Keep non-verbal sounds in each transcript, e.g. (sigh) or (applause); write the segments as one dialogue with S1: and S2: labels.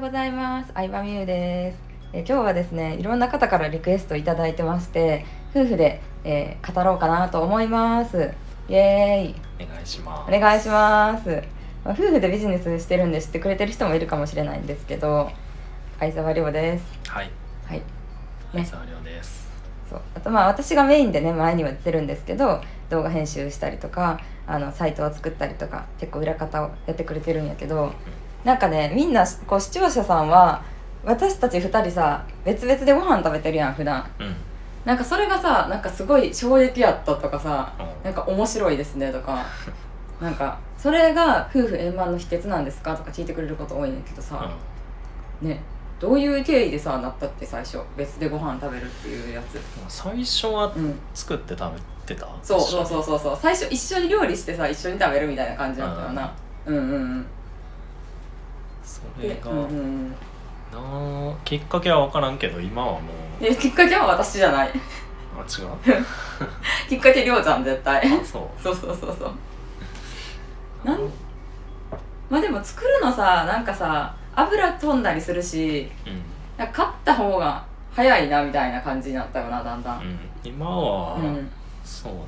S1: ございます。相葉美優です。えー今日はですね、いろんな方からリクエストいただいてまして、夫婦で、えー語ろうかなと思います。イエーイ、
S2: お願いします。
S1: お願いします。まあ夫婦でビジネスしてるんで知ってくれてる人もいるかもしれないんですけど、相沢亮です。
S2: す。はい、
S1: はい。
S2: 相沢亮です。
S1: そうあとまあ私がメインでね前には出てるんですけど動画編集したりとかあのサイトを作ったりとか結構裏方をやってくれてるんやけどなんかねみんなこう視聴者さんは私たち2人さ別々でご飯食べてるやん普段
S2: うん、
S1: なんかそれがさなんかすごい衝撃やったとかさなんか面白いですねとかなんかそれが夫婦円満の秘訣なんですかとか聞いてくれること多いねんけど
S2: うん、
S1: さ、ねどういう経緯でさなったって最初別でご飯食べるっていうやつ
S2: 最初は
S1: うん
S2: 作って食べてた。。
S1: そうそうそううそうそう最初一緒に料理してさ一緒に食べるみたいな感じだったよなうんうんうん
S2: それ
S1: で
S2: が、
S1: うんうんうん
S2: なあ、きっかけは分からんけど、今はもう。
S1: えきっかけは私じゃない (laughs)
S2: あ、違う。
S1: きっかけりょうちゃん絶対 (laughs)
S2: あ、そ
S1: そうそうそうそう
S2: う。
S1: なんまあでも作るのさなんかさ油飛んだりするし
S2: うん、
S1: なんか買った方が早いなみたいな感じになったよなだんだ
S2: うんん、今は、
S1: うん
S2: そうね。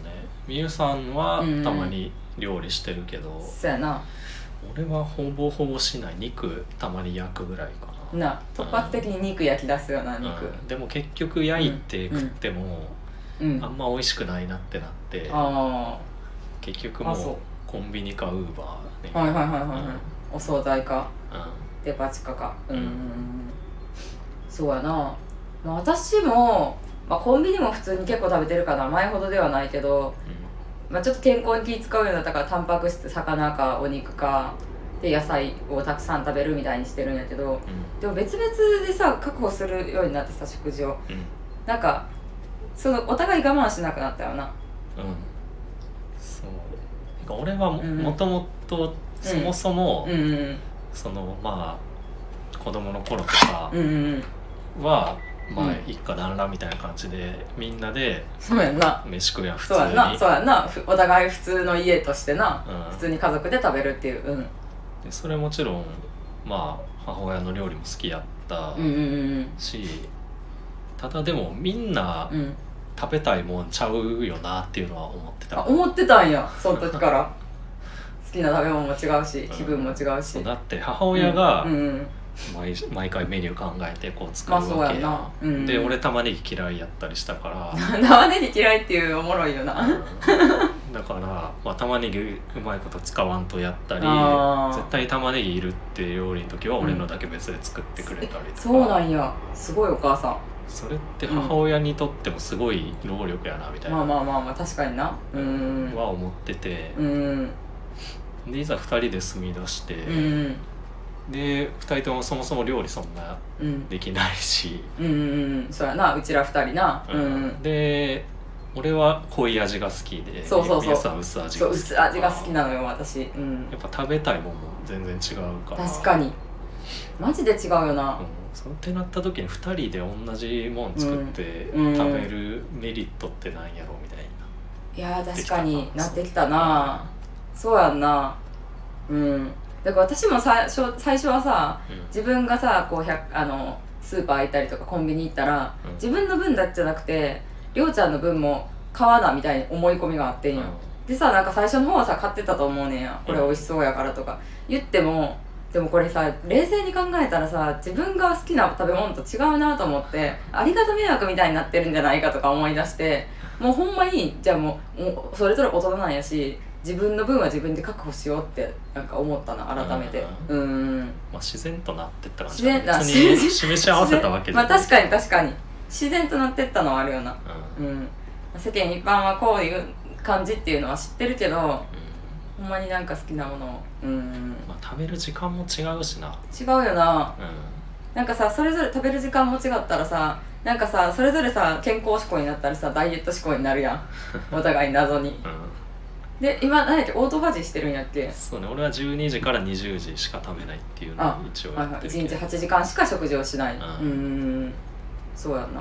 S2: みゆさんは
S1: うんうん
S2: たまに料理してるけど、
S1: そうやな
S2: 俺はほぼほぼしない肉たまに焼くぐらいかな。
S1: な突発的に肉焼き出すよな
S2: う
S1: 肉
S2: ん、でも結局焼いて食っても、
S1: うん
S2: あ
S1: あ
S2: んま美味しくないなってなって、
S1: あ
S2: 結局
S1: あそう
S2: もうコンビニかウーバーね
S1: ーはいはいはいはいはいお惣菜かデパ地下かうん、
S2: うん
S1: そうやな、まあ、私も、まあ、コンビニも普通に結構食べてるかな前ほどではないけど、まあ、ちょっと健康に気使うようになったからタンパク質魚かお肉かで野菜をたくさん食べるみたいにしてるんやけどでも別々でさ確保するようになってさ食事を
S2: うんうん
S1: なんかそのお互い我慢しなくなったよな
S2: うんうんそうなんか俺はも,、
S1: うん
S2: ともとそもそも、
S1: うんうん
S2: そのまあ子供の頃とか
S1: うんうんうん
S2: は、まあ
S1: うん
S2: 一家団らんみたいな感じでみんなで
S1: そうやんな
S2: 飯食うやん普通
S1: そう
S2: に
S1: やんなそうやんなふお互い普通の家としてな
S2: うん
S1: 普通に家族で食べるっていううん
S2: でそれもちろんまあ母親の料理も好きやった
S1: うんうんうん
S2: し、ただでもみんな
S1: うん、
S2: 食べたいもんちゃうよなっていうのは思ってた
S1: あ思ってたんやその時から (laughs) 好きな食べ物も違うし気分も違うし、
S2: そうだって母親が
S1: うんうん、
S2: 毎,、毎回メニュー考えてこう作
S1: まあ
S2: る
S1: そう
S2: わ
S1: や
S2: け
S1: ん
S2: やん、
S1: な、うん、
S2: で俺玉ねぎ嫌いやったりしたから
S1: (laughs) 生ネギ嫌いっていうおもろいよな
S2: (laughs) うんだから、まあ、玉ねぎうまいこと使わんとやったり
S1: あー
S2: 絶対玉ねぎいるって料理の時は俺のだけ別で作ってくれたりとか、
S1: そうなんやすごいお母さ
S2: それって母親にとってもすごい労力やなみた
S1: ん
S2: い
S1: まあ
S2: な
S1: まあまあまあ確かになうん
S2: は思ってて
S1: うんうん
S2: でいざ2人で住み出して、
S1: うんうん
S2: で2人ともそもそも料理そんな
S1: うん
S2: できないし。
S1: うんうんうんそうやなうちら二人なうん、うん、
S2: で俺は濃い味が好きで
S1: そうそうそう
S2: 皆さん薄味
S1: そ
S2: が
S1: う
S2: 好き
S1: 薄味が好きなのよ私うん
S2: やっぱ食べたいもんも全然違うから
S1: 確か
S2: に、
S1: にマジで違うよな
S2: うん、そうってなった時に2人で同じもん作って
S1: うんうん
S2: 食べるメリットってなんやろみたい
S1: いやー
S2: な
S1: 確かになってきた
S2: な
S1: なそうやんなうんだから私も最初最初はさ
S2: うん
S1: 自分がさこう100あのスーパー行ったりとかコンビニ行ったら
S2: うん
S1: 自分の分だけじゃなくてりょうちゃんの分も買わなみたいに思い込みがあってんよ、でさなんか最初の方はさ買ってたと思うねんやこれ美味しそうやからとか言ってもでもこれさ冷静に考えたらさ自分が好きな食べ物と違うなと思ってありがた迷惑みたいになってるんじゃないかとか思い出してもうほんまにじゃあもうもうそれぞれ大人なんやし自分の分は自分で確保しようってなんか思ったな改めてうんうん
S2: まあ、自然となってった感
S1: 自
S2: じ
S1: 然
S2: 別
S1: あ
S2: に
S1: 自然
S2: 示し合わせたわけじ
S1: ま
S2: ゃ
S1: あ
S2: ない
S1: 確かに確かに自然となってったのはあるよな
S2: うんうん
S1: うん世間一般はこういう感じっていうのは知ってるけどほんまになんか好きなものをうん
S2: まあ、食べる時間も違うしな、
S1: 違うよな
S2: うん
S1: なんかさそれぞれ食べる時間も違ったらさなんかさそれぞれさ健康志向になったらさダイエット志向になるや
S2: (laughs)
S1: んお互い謎に
S2: う
S1: で今何やっけオートファジーしてるんやっけ
S2: ん、そうね俺は12時から20時しか食べないっていうのを
S1: あ
S2: 一応や
S1: はい
S2: っ
S1: はい
S2: てる
S1: 1日
S2: けど
S1: 8時間しか食事をしない
S2: うん
S1: うんうんそうやんな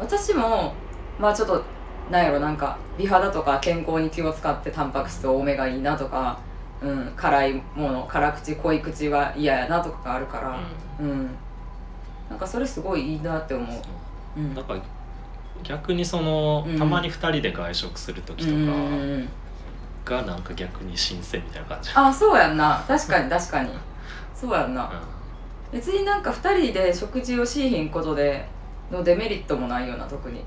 S1: 私もまあちょっとなんやろなんか美肌とか健康に気を使ってタンパク質多めがいいなとかうん、辛いもの辛口濃い口は嫌やなとかがあるからうん、なんかそれすごいいいなって思う、うん、
S2: なんか逆にその
S1: うん
S2: たまに2人で外食する時
S1: うんうん
S2: と
S1: うんうん
S2: かがなんか逆に新鮮みたいな感じ、
S1: あそうやんな確かに確かにそうやんな別になんか2人で食事をしいひんことでのデメリットもないような特に、
S2: うん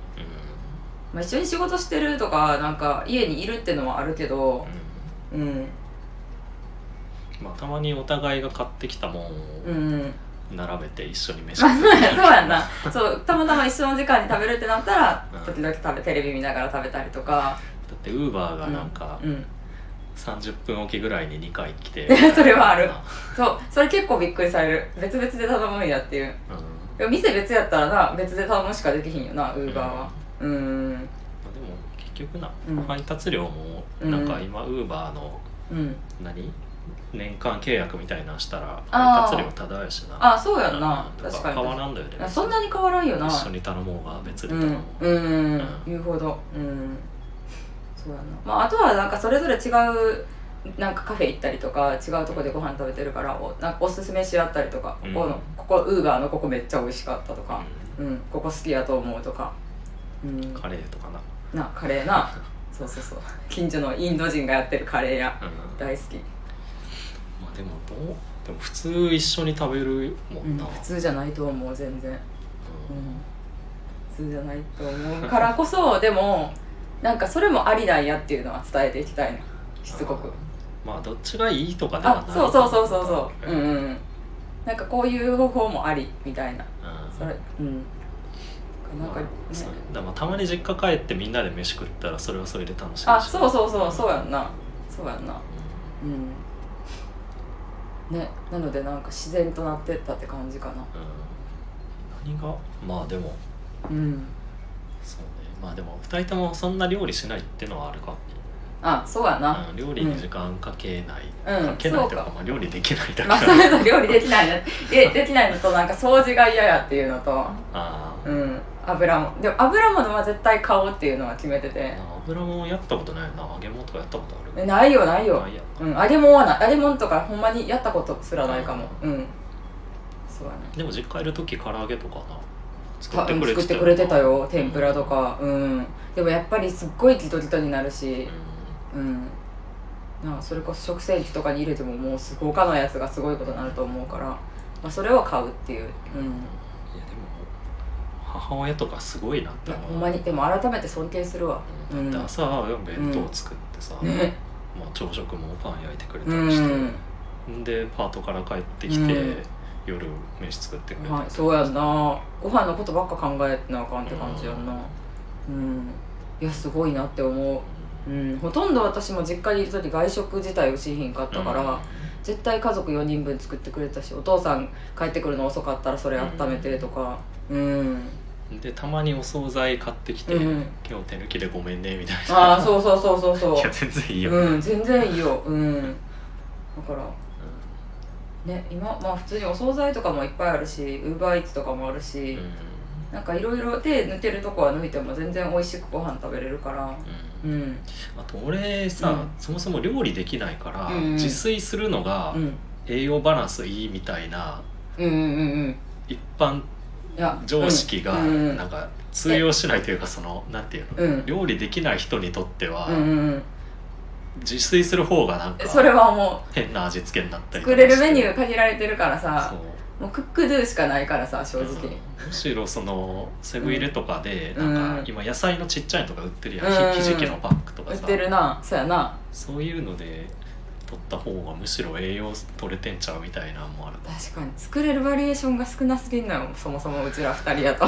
S1: まあ、一緒に仕事してるとかなんか家にいるってのはあるけど
S2: うん
S1: うん
S2: うんまあ、たまにお互いが買ってきたもんを
S1: うん (laughs)
S2: 並べて一緒に飯
S1: まあ
S2: 食
S1: そうやそうやんなそうたまたま一緒の時間に食べるってなったら
S2: うん
S1: 時々食べテレビ見ながら食べたりとか
S2: だってウーバーがなんか
S1: うん
S2: 30分おきぐらいに2回来
S1: (laughs)
S2: て
S1: それはあるそうそれ結構びっくりされる別々で頼むんやっていう
S2: うんま
S1: でも店別やったらな別で頼むしかできひんよなウーバーはうん
S2: あでも結局な、
S1: うん
S2: 配達料もなんか今ウーバーの
S1: うん
S2: 何年間契約みたいなんしたら
S1: あー
S2: 配達料タダやしな
S1: あそうやんな
S2: うん
S1: 確かに
S2: 変わらんだよ
S1: いや
S2: ね
S1: そんなに変わらんよな
S2: 一緒に頼もうが別に
S1: う
S2: 頼も
S1: ん
S2: うが、
S1: うん、うん
S2: うん、
S1: 言うほどうんそうやな、まあ、あとはなんかそれぞれ違うなんかカフェ行ったりとか違うとこでご飯食べてるからおなんかおすすめし合ったりとかこ
S2: うん
S1: この、ここウーバーのここめっちゃ美味しかったとか、
S2: う
S1: うん、ここ好きやと思うとか、うん
S2: ん、、カレーとかな、
S1: なカレーなそうそうそう近所のインド人がやってるカレー屋
S2: うんま
S1: 大好き、
S2: あ、でもどうでも普通一緒に食べるも
S1: うんん、
S2: な、うん
S1: 普通じゃないと思う全然うん普通じゃないと思うからこそで (laughs) もなんかそれもありなんやっていうのは伝えていきたいなしつこく
S2: まあどっちがいいとかでは
S1: あ
S2: ない
S1: そうそうそうそうそううん
S2: うん、
S1: うんなんかこういう方法もありみたいなそれうんなんか
S2: ま
S1: ね
S2: あそうだからたまに実家帰ってみんなで飯食ったらそれはそれで楽しいし
S1: あそうそうそうそうやんなそうやんな
S2: う、
S1: うんねなのでなんか自然となってったって感じかなん
S2: うん何がまあでも
S1: うん
S2: そうねまあでも2人ともそんな料理しないってのはあるか
S1: あそうやな
S2: うん料理に時間かけない、
S1: うん
S2: かけないという
S1: そう
S2: か、まあ、料理できないだ
S1: (laughs)
S2: け
S1: まあそれと料理できないのでできないのとなんか掃除が嫌やっていうのと
S2: あー、
S1: うん油もでも油物は絶対買おうっていうのは決めてて
S2: なんか油もんやったことないよな揚げ物とかやったことあ
S1: え
S2: る
S1: ないよないよ
S2: ないやん
S1: うん揚げ物はない揚げ物とかほんまにやったことすらないかもうんそうだね
S2: でも実家いる時唐揚げとかな作
S1: た
S2: ってくれて
S1: 作って
S2: よ
S1: くれてたよ天ぷらとかうんでもやっぱりすっごいギトギトになる
S2: うん
S1: しうんなあそれこそ食洗機とかに入れてももうすごい他のやつがすごいことになると思うから、まあ、それを買うっていううん
S2: いやでも母親とかすごいなっ
S1: い
S2: て
S1: や
S2: 思う
S1: ほんまにでも改めて尊敬するわ
S2: うんだって朝は弁当作ってさ、
S1: ね
S2: まあ、朝食もパン焼いてくれ
S1: う
S2: たりして、
S1: ん
S2: でパートから帰ってきて、
S1: うん
S2: 夜飯作ってくれたり
S1: はい、そうやんなご飯のことばっか考えてなあかんって感じやんなうんいやすごいなって思う、うん、ほとんど私も実家にいる時外食自体をしひんかったから、絶対家族4人分作ってくれたしお父さん帰ってくるの遅かったらそれ温めてとかうん、
S2: うんでたまにお惣菜買ってきて、
S1: うん
S2: 今日手抜きでごめんねみたいな
S1: ああそうそうそうそう (laughs) そう
S2: (laughs) いや全然いいよ、うん
S1: うん全然いいようんだからね今まあ普通にお惣菜とかもいっぱいあるしウーバーイーツとかもあるし、
S2: うん
S1: なんかいろいろ手抜けるとこは抜いても全然美味しくご飯食べれるから
S2: う
S1: うんん
S2: あと俺さ、
S1: うん
S2: そもそも料理できないから、
S1: うんうん
S2: 自炊するのが
S1: うん
S2: 栄養バランスいいみたいな
S1: うんうんうん
S2: 一般
S1: いや
S2: 常識が
S1: うんうん
S2: なんか通用しないというかそのなんていうの、
S1: うん
S2: 料理できない人にとっては
S1: うんうんうん
S2: 自炊する方がなんか
S1: それはも
S2: 変な味付けになっ
S1: う
S2: たりと
S1: 作れ
S2: か
S1: るメニ
S2: し
S1: ュー限られてるから
S2: て
S1: さ
S2: そう
S1: もうクックドゥしかないからさ正直
S2: うんむしろそのセブン入れとかで
S1: う
S2: なん
S1: う
S2: ん
S1: ん
S2: か今野菜のちっちゃいのとか売ってるやん、
S1: うん
S2: ひひじきのパックとか
S1: 売っ
S2: さ
S1: てるなそうやな
S2: そういうので取った方がむしろ栄養取れてんちゃうみたいなんもある
S1: 確かに作れるバリエーションが少なすぎんのよそもそもうちら2人や
S2: (laughs)
S1: と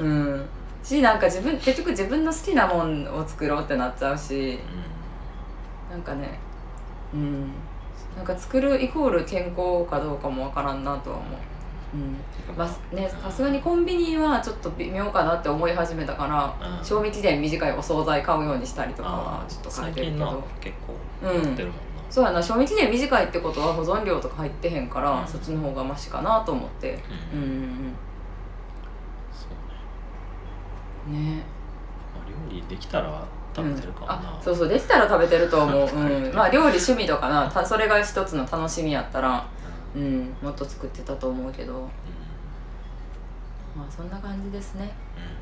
S1: うんしなんか自分結局自分の好きなもんを作ろうってなっちゃうしなんかねうんなんか作るイコール健康かどうかもわからんなとは思う、うんまあね、さすがにコンビニはちょっと微妙かなって思い始めたから、
S2: うん
S1: 賞味期限短いお惣菜買うようにしたりとか
S2: あ
S1: はちょっと変え
S2: 最
S1: てるけ
S2: 近な
S1: ど
S2: 結構
S1: うん
S2: やってるもんな、
S1: そうやな賞味期限短いってことは保存料とか入ってへんから、
S2: うん
S1: そっちの方がマシかなと思ってう
S2: うん
S1: ん
S2: そ
S1: う
S2: うね
S1: んうんね
S2: まあ料理できたら食べてるかもな、
S1: あそうそうできたら食べてると
S2: (laughs)
S1: 思う、うん、まあ料理趣味とかなたそれが一つの楽しみやったら、
S2: う
S1: うんん、もっと作ってたと思うけどまあそんな感じですね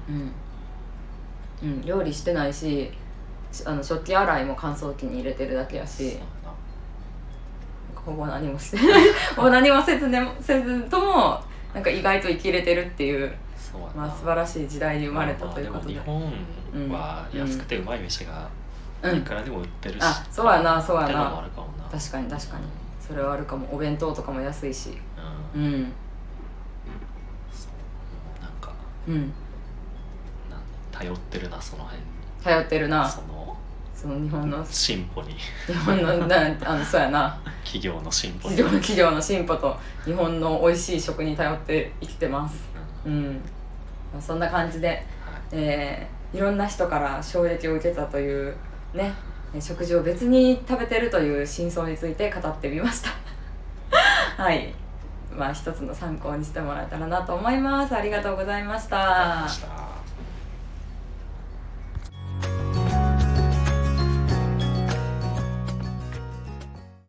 S1: うん、うん、料理してないししあの食器洗いも乾燥機に入れてるだけや
S2: うん
S1: しほぼ何もしてない (laughs) ほぼ何もせず,、ね、せずともなんか意外と生きれてるっていう、
S2: そうやな
S1: まあ、素晴らしい時代に生まれたということで,、
S2: まあまあでも日本は安くてうまい飯が
S1: う
S2: い
S1: ん
S2: くらでも売ってるし、
S1: あそうやなそうやな
S2: ってのもあるかもな
S1: 確かに確かにそれはあるかもお弁当とかも安いし
S2: う、
S1: うんん
S2: そうなんか
S1: うん
S2: なん頼ってるなその辺に
S1: 頼ってるな
S2: その
S1: その日本の
S2: 進歩に (laughs)
S1: 日本のなあのそうやな
S2: 企業の進歩
S1: 企
S2: に、
S1: 業
S2: うん
S1: 企業の進歩と日本の美味しい食に頼って生きてますうんまあそんな感じで、
S2: はい
S1: えーいろんな人から衝撃を受けたというねえー食事を別に食べてるという真相について語ってみました (laughs) はいまあ一つの参考にしてもらえたらなと思いますありがとうございました
S2: ありがとうございました